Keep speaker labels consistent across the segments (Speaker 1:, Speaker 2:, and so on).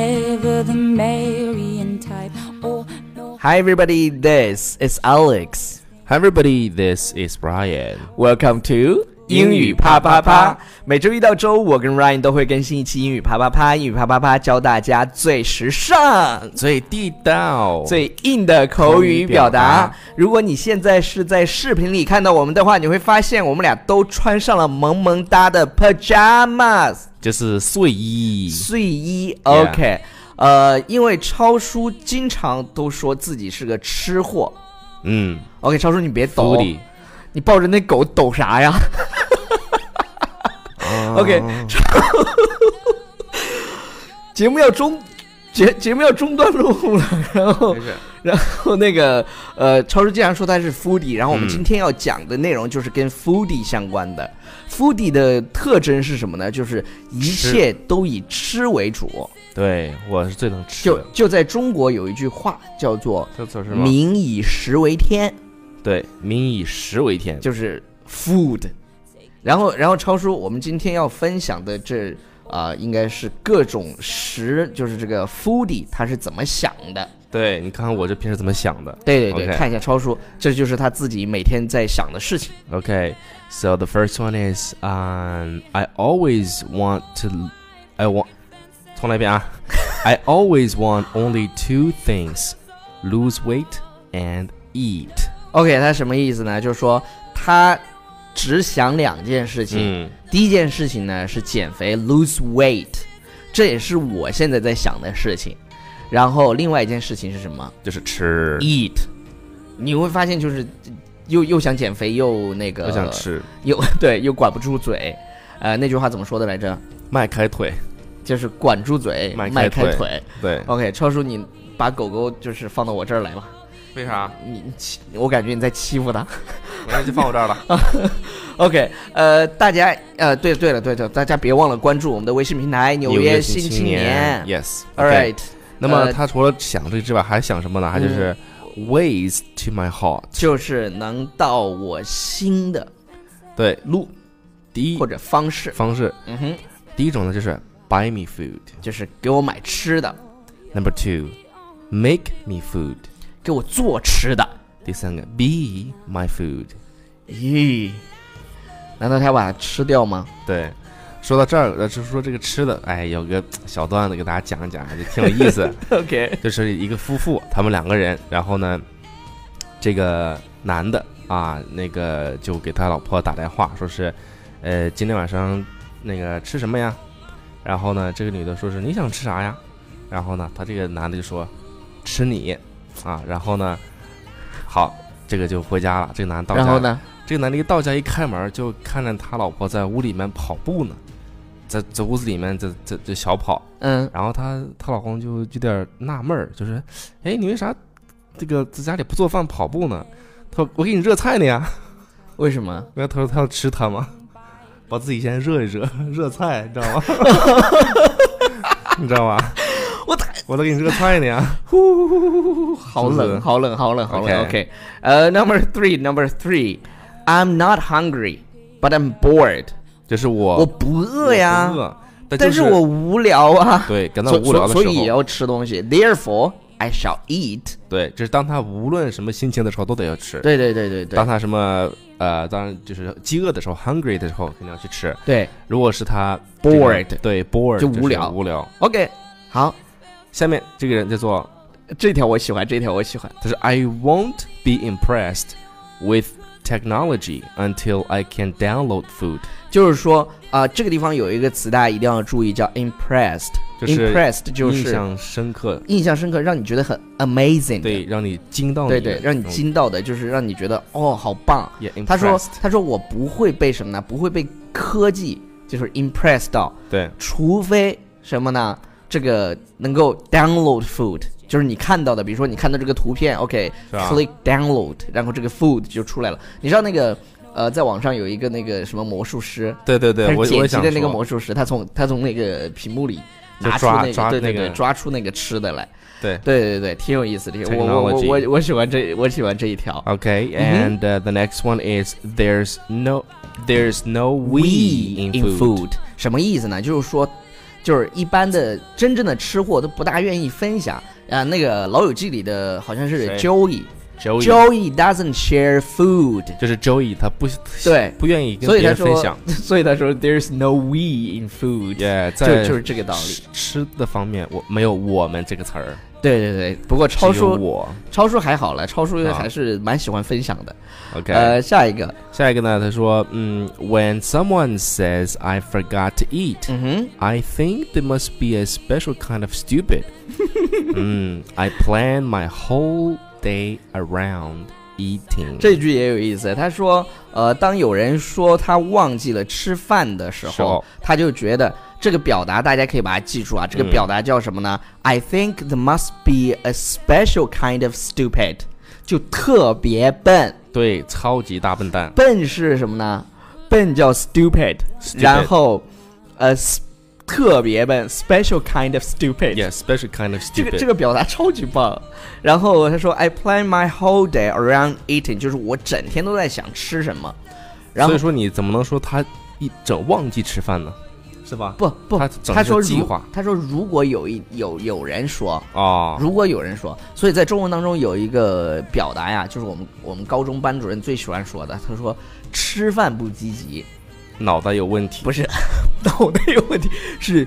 Speaker 1: you're the Marian type. Oh, no.
Speaker 2: Hi, everybody. This is Alex.
Speaker 3: Hi everybody, this is Brian。
Speaker 2: Welcome to 英语啪啪啪。每周一到周五，我跟 Ryan 都会更新一期英语啪啪啪。英语啪啪啪教大家最时尚、
Speaker 3: 最地道，
Speaker 2: 最硬的口语表
Speaker 3: 口语表
Speaker 2: 达
Speaker 3: 达。
Speaker 2: 如果你现在是在视频里看到我们的话，你会发现我们俩都穿上了萌萌哒的 pajamas
Speaker 3: 就是睡衣。
Speaker 2: 睡衣。
Speaker 3: Yeah
Speaker 2: OK，呃，因为超叔经常都说自己是个吃货。
Speaker 3: 嗯
Speaker 2: OK，超叔你别抖。
Speaker 3: ，foodie。
Speaker 2: 你抱着那狗抖啥呀
Speaker 3: 啊
Speaker 2: ？OK，超节目要中节节目要中断录了，然后然后那个呃，超叔竟然说他是 foodie，然后我们
Speaker 3: 嗯
Speaker 2: 今天要讲的内容就是跟 foodie 相关的。foodie 的特征是什么呢？就是一
Speaker 3: 吃
Speaker 2: 切都以吃为主。
Speaker 3: 对，我是最能吃
Speaker 2: 就
Speaker 3: 的。
Speaker 2: 就在中国有一句话叫做
Speaker 3: 这词儿
Speaker 2: “
Speaker 3: 是吗？
Speaker 2: 民以食为天”。
Speaker 3: 对，民以食为天。
Speaker 2: 就是 food。然后，然后超叔，我们今天要分享的这啊、应该是各种食，就是这个 foodie 他是怎么想的。
Speaker 3: 对，你看看我这平时怎么想的。
Speaker 2: 对对对
Speaker 3: OK
Speaker 2: 看一下超叔，这就是他自己每天在想的事情。
Speaker 3: Okay, so the first one is um, I always want to, I want, 从来一 遍啊，I always want only two things, lose weight and eat.
Speaker 2: OK，他什么意思呢？就是说他只想两件事情。
Speaker 3: 嗯，
Speaker 2: 第一件事情呢是减肥 lose weight，这也是我现在在想的事情。然后另外一件事情是什么？
Speaker 3: 就是吃，
Speaker 2: eat，你会发现就是又又想减肥又那个
Speaker 3: 我想吃，
Speaker 2: 又 对又管不住嘴，呃，那句话怎么说的来着？
Speaker 3: 迈开腿，
Speaker 2: 就是管住嘴，
Speaker 3: 迈开
Speaker 2: 迈开
Speaker 3: 腿
Speaker 2: 腿。
Speaker 3: 对，
Speaker 2: OK，超叔，你把狗狗就是放到我这儿来吧，
Speaker 3: 为啥？
Speaker 2: 你你欺，我感觉你在欺负它。
Speaker 3: 那就放我这儿了。
Speaker 2: OK，呃，大家，呃，对对了，对对，大家别忘了关注我们的微信平台《 纽
Speaker 3: 约
Speaker 2: 新
Speaker 3: 青
Speaker 2: 年》。
Speaker 3: ，Yes。
Speaker 2: All right，
Speaker 3: 那么
Speaker 2: 呃嗯
Speaker 3: 他除了想这个之外，还想什么呢？还就是。Ways to my heart，
Speaker 2: 就是能到我心的
Speaker 3: 对路，第一
Speaker 2: 或者方式，
Speaker 3: 方式，
Speaker 2: 嗯哼，
Speaker 3: 第一种呢就是 buy me food，
Speaker 2: 就是给我买吃的，
Speaker 3: Number two, make me food.
Speaker 2: 给我做吃的。
Speaker 3: 第三个，be my food。
Speaker 2: 咦，难道他要把它吃掉吗？
Speaker 3: 对，说到这儿，呃，就是说这个吃的，哎，有个小段子给大家讲一讲，还是挺有意思。
Speaker 2: OK，
Speaker 3: 就是一个夫妇，他们两个人，然后呢，这个男的啊，那个就给他老婆打电话，说是，呃，今天晚上那个吃什么呀？然后呢，这个女的说是你想吃啥呀？然后呢，他这个男的就说吃你啊。然后呢，好，这个就回家了。这个男的到家，
Speaker 2: 然后？呢？
Speaker 3: 这个男的一到家一开门，就看见他老婆在屋里面跑步呢，在在屋子里面在在在小跑。
Speaker 2: 嗯，
Speaker 3: 然后她她老公就有点纳闷儿，就是，哎，你为啥这个在家里不做饭跑步呢？她说我给你热菜呢呀。
Speaker 2: 为 什么？
Speaker 3: 然后她说她要吃它吗？把自己先热一热， 热菜，你知道吗？ 你知道吗？
Speaker 2: 我
Speaker 3: 太我都给你热菜呢呀。
Speaker 2: 好
Speaker 3: 是不是
Speaker 2: 冷，好冷，好冷，好冷。
Speaker 3: OK
Speaker 2: OK，呃，Number three，Number three，I'm not hungry，but I'm bored。
Speaker 3: 就是我
Speaker 2: 我不
Speaker 3: 哦我
Speaker 2: 饿呀
Speaker 3: 不，饿，但
Speaker 2: 但
Speaker 3: 是
Speaker 2: 我无聊啊。
Speaker 3: 对感到
Speaker 2: 所
Speaker 3: 无聊的时
Speaker 2: 所
Speaker 3: 候，
Speaker 2: 所以也啊要吃东西。Therefore。I shall eat。
Speaker 3: 对，就是当她无论什么心情的时候都得要吃。
Speaker 2: 对对对对
Speaker 3: 当
Speaker 2: 对
Speaker 3: 她什么呃，当然就是饥饿的时候，hungry 的时候肯定要去吃。
Speaker 2: 对。
Speaker 3: 如果是她
Speaker 2: Bored
Speaker 3: 对 bored
Speaker 2: 就是无聊
Speaker 3: 无聊。
Speaker 2: OK，好，
Speaker 3: 下面这个人叫做，
Speaker 2: 这条我喜欢，这条我喜欢。
Speaker 3: 他说 I won't be impressed with technology until I can download food，
Speaker 2: 就是说啊、这个地方有一个词大家一定要注意，叫 impressed。
Speaker 3: 就是
Speaker 2: impressed 就
Speaker 3: 印
Speaker 2: 是
Speaker 3: 象深刻，
Speaker 2: 印象深刻，让你觉得很 amazing 的。
Speaker 3: 对，让你惊到你，
Speaker 2: 对对，让你惊到的，就是让你觉得哦，好棒。
Speaker 3: 也 impressed。
Speaker 2: 他说他说我不会被什么呢？不会被科技就是 impress 到，
Speaker 3: 对
Speaker 2: 除非什么呢？这个能够 download food，就是你看到的，比如说你看到这个图片
Speaker 3: 是吧
Speaker 2: ，OK，click、download，然后这个 food 就出来了。你知道那个呃，在网上有一个那个什么魔术师，
Speaker 3: 对对
Speaker 2: 他
Speaker 3: 对，
Speaker 2: 是
Speaker 3: 我
Speaker 2: 剪
Speaker 3: 我
Speaker 2: 辑
Speaker 3: 想
Speaker 2: 的那个
Speaker 3: 说
Speaker 2: 魔术师，他从他从那个屏幕里
Speaker 3: 就
Speaker 2: 拿出
Speaker 3: 抓
Speaker 2: 那个
Speaker 3: 抓
Speaker 2: 对对
Speaker 3: 那
Speaker 2: 对，
Speaker 3: 个
Speaker 2: 抓出那个吃的来。
Speaker 3: 对
Speaker 2: 对对对，挺有意思的。这个我我我
Speaker 3: Technology
Speaker 2: 我我喜欢这我喜欢这一条。
Speaker 3: Okay,
Speaker 2: 嗯
Speaker 3: and uh, the next one is there's no there's no we in
Speaker 2: in food 什么意思呢？就是说，就是一般的真正的吃货都不大愿意分享啊。那个《老友记》里的好像是
Speaker 3: 谁
Speaker 2: Joey，Joey
Speaker 3: Joey
Speaker 2: doesn't share food，
Speaker 3: 就是 Joey，他不
Speaker 2: 对
Speaker 3: 不愿意跟
Speaker 2: 所以他
Speaker 3: 别人分
Speaker 2: 说
Speaker 3: 享。
Speaker 2: 所以他说 There's no we in food，
Speaker 3: 也
Speaker 2: 就
Speaker 3: 在
Speaker 2: 就是这个道理
Speaker 3: 吃。吃的方面，我没有“我们”这个词儿，
Speaker 2: 对对对，不过超
Speaker 3: 只有
Speaker 2: 叔
Speaker 3: 我。
Speaker 2: 超叔还好了，超叔
Speaker 3: 啊
Speaker 2: 还是蛮喜欢分享的。
Speaker 3: OK，、
Speaker 2: 呃，下一个，
Speaker 3: 下一个呢？他说，嗯，When someone says I forgot to eat,、
Speaker 2: 嗯哼，
Speaker 3: I think they must be a special kind of stupid. 嗯，I plan my whole day around eating.
Speaker 2: 这句也有意思。他说，呃，当有人说他忘记了吃饭的时候，
Speaker 3: 时候
Speaker 2: 他就觉得这个表达大家可以把它记住啊。这个
Speaker 3: 嗯
Speaker 2: 表达叫什么呢、i think there must be a special kind of stupid，就特别笨。
Speaker 3: 对，超级大笨蛋。
Speaker 2: 笨是什么呢？笨叫 stupid，,
Speaker 3: Stupid
Speaker 2: 然后呃 s- 特别笨，special kind of stupid。
Speaker 3: Yeah, special kind of
Speaker 2: 这
Speaker 3: stupid.
Speaker 2: 个这个表达超级棒，然后他说 I plan my whole day around eating，就是我整天都在想吃什么，然后
Speaker 3: 所以说你怎么能说他一整忘记吃饭呢？是吧？
Speaker 2: 不不，
Speaker 3: 他
Speaker 2: 他
Speaker 3: 整个
Speaker 2: 说
Speaker 3: 计
Speaker 2: 如
Speaker 3: 划
Speaker 2: 他说如果有一有有人说，
Speaker 3: 哦，
Speaker 2: 如果有人说，所以在中文当中有一个表达呀，就是我们我们高中班主任最喜欢说的，他说吃饭不积极，
Speaker 3: 脑袋有问题，
Speaker 2: 不是 脑袋有问题，是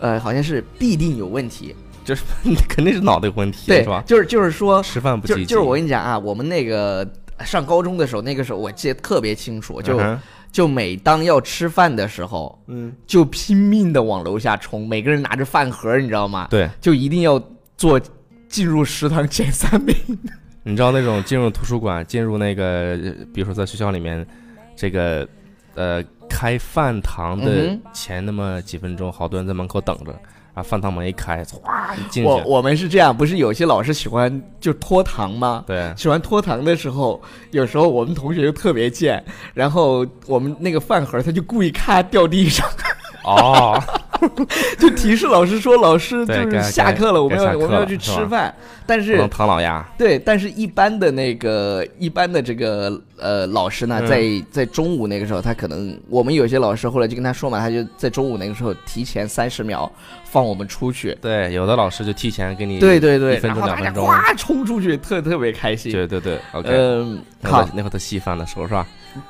Speaker 2: 呃，好像是必定有问题。
Speaker 3: 就是 肯定是脑袋有问题，
Speaker 2: 对
Speaker 3: 是吧，？
Speaker 2: 就是就是说，
Speaker 3: 吃饭不
Speaker 2: 就
Speaker 3: 积
Speaker 2: 是
Speaker 3: 极，
Speaker 2: 就是我跟你讲啊，我们那个上高中的时候，那个时候我记得特别清楚，就、
Speaker 3: 嗯哼
Speaker 2: 就每当要吃饭的时候，
Speaker 3: 嗯，
Speaker 2: 就拼命的往楼下冲，每个人拿着饭盒，你知道吗？
Speaker 3: 对，
Speaker 2: 就一定要做进入食堂前三名。
Speaker 3: 你知道那种进入图书馆，进入那个，呃比如说在学校里面，这个呃开饭堂的
Speaker 2: 嗯
Speaker 3: 前那么几分钟，好多人在门口等着，啊，饭堂门一开，唰一进
Speaker 2: 我
Speaker 3: 去，
Speaker 2: 我们是这样，不是有些老师喜欢就拖堂吗？
Speaker 3: 对，
Speaker 2: 喜欢拖堂的时候，有时候我们同学就特别贱，然后我们那个饭盒他就故意咔掉地上，
Speaker 3: 哦，
Speaker 2: 就提示老师说老师就
Speaker 3: 对
Speaker 2: 是
Speaker 3: 该
Speaker 2: 下
Speaker 3: 该
Speaker 2: 课了，我们
Speaker 3: 该
Speaker 2: 要
Speaker 3: 下课
Speaker 2: 我们要
Speaker 3: 了
Speaker 2: 去
Speaker 3: 是
Speaker 2: 吃
Speaker 3: 吧
Speaker 2: 饭。但
Speaker 3: 不能
Speaker 2: 是
Speaker 3: 唐老鸭，
Speaker 2: 对，但是一般的那个一般的这个呃老师呢，
Speaker 3: 嗯
Speaker 2: 在在中午那个时候，他可能我们有些老师后来就跟他说嘛，他就在中午那个时候提前三十秒放我们出去。
Speaker 3: 对，有的老师就提前给你，
Speaker 2: 对对对，
Speaker 3: 一分
Speaker 2: 然
Speaker 3: 钟
Speaker 2: 后
Speaker 3: 两
Speaker 2: 大家
Speaker 3: 分钟，
Speaker 2: 哗冲出去，特特别开心。
Speaker 3: 对对对，OK，
Speaker 2: 嗯，
Speaker 3: 那会
Speaker 2: 好
Speaker 3: 儿，那会儿他稀饭的时候是吧？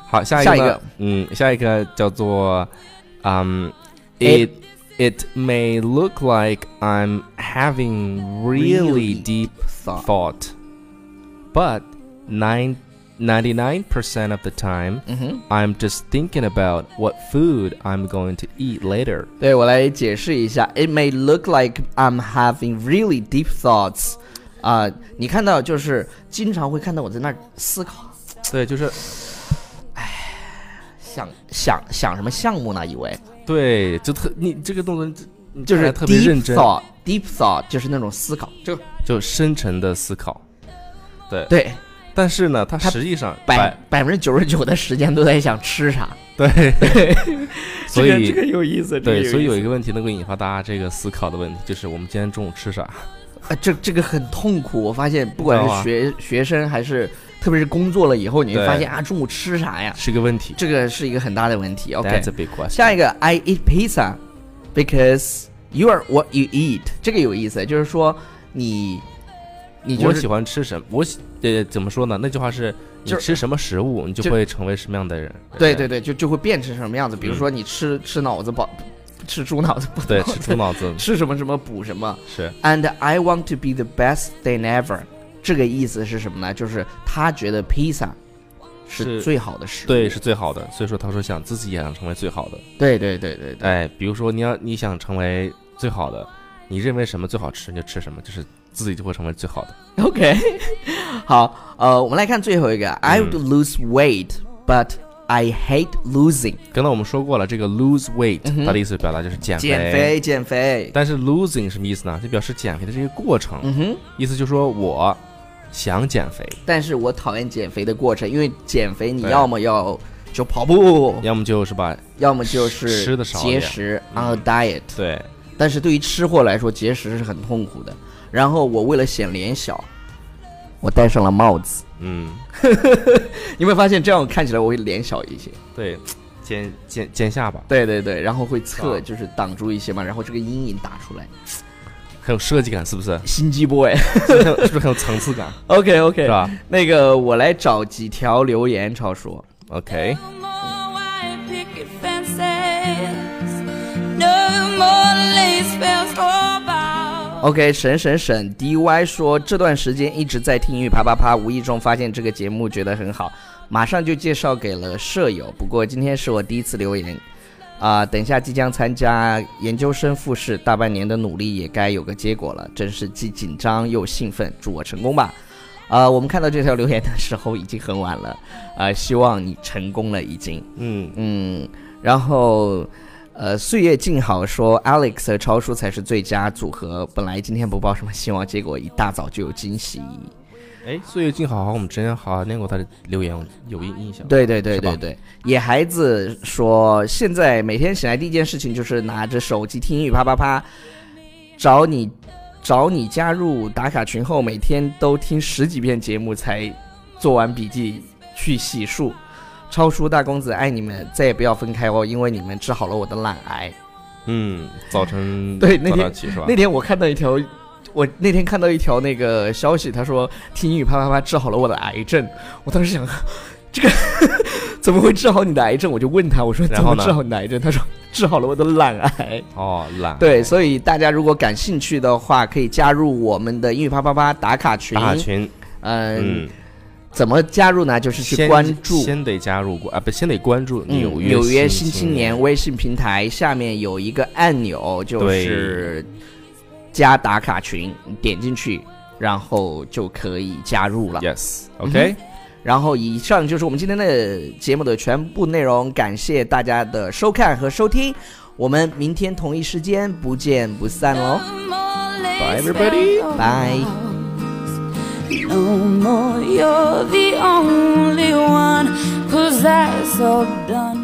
Speaker 3: 好，下
Speaker 2: 下
Speaker 3: 一
Speaker 2: 一
Speaker 3: 个呢
Speaker 2: 个
Speaker 3: 嗯，下一个叫做，嗯
Speaker 2: It-
Speaker 3: ，it it may look like I'm having really
Speaker 2: Really
Speaker 3: deep
Speaker 2: 扫
Speaker 3: thought, but nine ninety nine percent of the time
Speaker 2: 嗯哼。
Speaker 3: I'm just thinking about what food I'm going to eat later.
Speaker 2: 对我来解释一下，It may look like I'm having really deep thoughts，啊、你看到就是经常会看到我在那儿思考，
Speaker 3: 对，就是
Speaker 2: 想想想什么项目呢？以为
Speaker 3: 对，就特你这个动作你
Speaker 2: 就
Speaker 3: 看
Speaker 2: 是
Speaker 3: 来特别
Speaker 2: deep
Speaker 3: 认真，
Speaker 2: thought，deep thought 就是那种思考，就
Speaker 3: 就深沉的思考。对，
Speaker 2: 对，
Speaker 3: 但是呢，它
Speaker 2: 它
Speaker 3: 实际上
Speaker 2: 百百分之九十九的时间都在想吃啥，
Speaker 3: 对，所以、
Speaker 2: 这个、这个有意思，这个
Speaker 3: 对，所以有
Speaker 2: 意
Speaker 3: 一个问题能够引发大家这个思考的问题，就是我们今天中午吃啥？
Speaker 2: 思啊，这这个很痛苦，我发现不管是学学生还是特别是工作了以后，你会
Speaker 3: 对
Speaker 2: 发现啊，中午吃啥呀？
Speaker 3: 是个问题。
Speaker 2: 这个是一个很大的问题。OK，
Speaker 3: That's a big question。
Speaker 2: 下一
Speaker 3: 个，
Speaker 2: 个，I eat pizza because you are what you eat，这个有意思，就是说你，你就
Speaker 3: 我
Speaker 2: 是
Speaker 3: 喜欢吃什么？我喜呃怎么说呢？那句话是，你
Speaker 2: 就是
Speaker 3: 吃什么食物，你就
Speaker 2: 就
Speaker 3: 会成为什么样的人。
Speaker 2: 对对
Speaker 3: 对
Speaker 2: 对，就就会变成什么样子。比如说你吃吃脑子饱，吃猪脑子不
Speaker 3: 嗯对，
Speaker 2: 脑
Speaker 3: 吃
Speaker 2: 子
Speaker 3: 猪脑 子
Speaker 2: 吃什么什么补什么。
Speaker 3: 是
Speaker 2: And I want to be the best thing ever，这个意思是什么呢？就是他觉得披萨是
Speaker 3: 是
Speaker 2: 最好的食物。
Speaker 3: 对是最好的，所以说他说想自己也想成为最好的。
Speaker 2: 对对对对对，
Speaker 3: 哎，比如说你要你想成为最好的，你认为什么最好吃你就吃什么，就是自己就会成为最好的。
Speaker 2: OK，好，呃，我们来看最后一个、i
Speaker 3: 嗯
Speaker 2: would lose weight, but I hate losing。
Speaker 3: 刚才我们说过了，这个 lose weight，、
Speaker 2: 嗯哼
Speaker 3: 它的意思表达就是减肥。
Speaker 2: 减肥，减肥。
Speaker 3: 但是 losing 什么意思呢？就表示减肥的这个过程，
Speaker 2: 嗯哼，
Speaker 3: 意思就是说我想减肥，
Speaker 2: 但是我讨厌减肥的过程，因为减肥你
Speaker 3: 对
Speaker 2: 要么要就跑步，
Speaker 3: 要么就是吧，
Speaker 2: 要么就是
Speaker 3: 吃得少一
Speaker 2: 节
Speaker 3: 点
Speaker 2: 食
Speaker 3: 嗯
Speaker 2: on a diet。
Speaker 3: 对，
Speaker 2: 但是对于吃货来说，节食是很痛苦的。然后我为了显脸小，我戴上了帽子。
Speaker 3: 嗯，
Speaker 2: 你会发现这样看起来我会脸小一些。
Speaker 3: 对，尖尖尖下巴，
Speaker 2: 对对对，然后会侧
Speaker 3: 啊
Speaker 2: 就是挡住一些嘛，然后这个阴影打出来，
Speaker 3: 很有设计感，是 不是？
Speaker 2: 心机 boy。
Speaker 3: 是不是很有是不是很有层次感，
Speaker 2: OK OK，
Speaker 3: 是吧
Speaker 2: 那个我来找几条留言，超叔。
Speaker 3: ？OK，
Speaker 1: No more white picket fences. No more lace bells or bows.
Speaker 2: OK，沈沈沈 DY 说这段时间一直在听英语啪啪啪，无意中发现这个节目，觉得很好，马上就介绍给了舍友。不过今天是我第一次留言，啊、等一下即将参加研究生复试，大半年的努力也该有个结果了，真是既紧张又兴奋，祝我成功吧。啊、我们看到这条留言的时候已经很晚了，啊、希望你成功了已经。
Speaker 3: 嗯，
Speaker 2: 嗯，然后，呃，岁月静好说 Alex 和超叔才是最佳组合。本来今天不抱什么希望，结果一大早就有惊喜。
Speaker 3: 哎，岁月静好，好像我们之前好像念过他的留言，我有印印象。
Speaker 2: 对对对
Speaker 3: 是吧
Speaker 2: 对对，野孩子说，现在每天醒来第一件事情就是拿着手机听英语啪啪啪，找你找你加入打卡群后，每天都听十几遍节目才做完笔记去洗漱。超叔大公子爱你们，再也不要分开哦，因为你们治好了我的懒癌。
Speaker 3: 嗯，早晨
Speaker 2: 对那
Speaker 3: 早
Speaker 2: 天
Speaker 3: 上起是吧
Speaker 2: 那？天我看到一条，我那天看到一条那个消息，他说听英语啪啪啪治好了我的癌症。我当时想， 这个怎么会治好你的癌症？我就问他，我说
Speaker 3: 然
Speaker 2: 怎
Speaker 3: 后
Speaker 2: 么
Speaker 3: 呢
Speaker 2: 治好你的癌症？他说治好了我的懒癌。
Speaker 3: 哦，懒
Speaker 2: 对，所以大家如果感兴趣的话，可以加入我们的英语啪啪啪打卡群。
Speaker 3: 大群，
Speaker 2: 嗯，
Speaker 3: 嗯，
Speaker 2: 怎么加入呢？就是去
Speaker 3: 先
Speaker 2: 关注。
Speaker 3: 先得加入过啊，不，先得关注
Speaker 2: 嗯
Speaker 3: 纽约
Speaker 2: 纽约
Speaker 3: 新
Speaker 2: 新青年微信平台下面有一个按钮，就是加打卡群，你点进去，然后就可以加入了。嗯
Speaker 3: ，Yes，OK，
Speaker 2: 然后以上就是我们今天的节目的全部内容，感谢大家的收看和收听，我们明天同一时间不见不散哦
Speaker 1: No
Speaker 2: 喽，
Speaker 1: more lace
Speaker 3: Bye, everybody.
Speaker 1: bells or
Speaker 2: Bye.
Speaker 1: bows. No more, you're the only one, cause that's all done.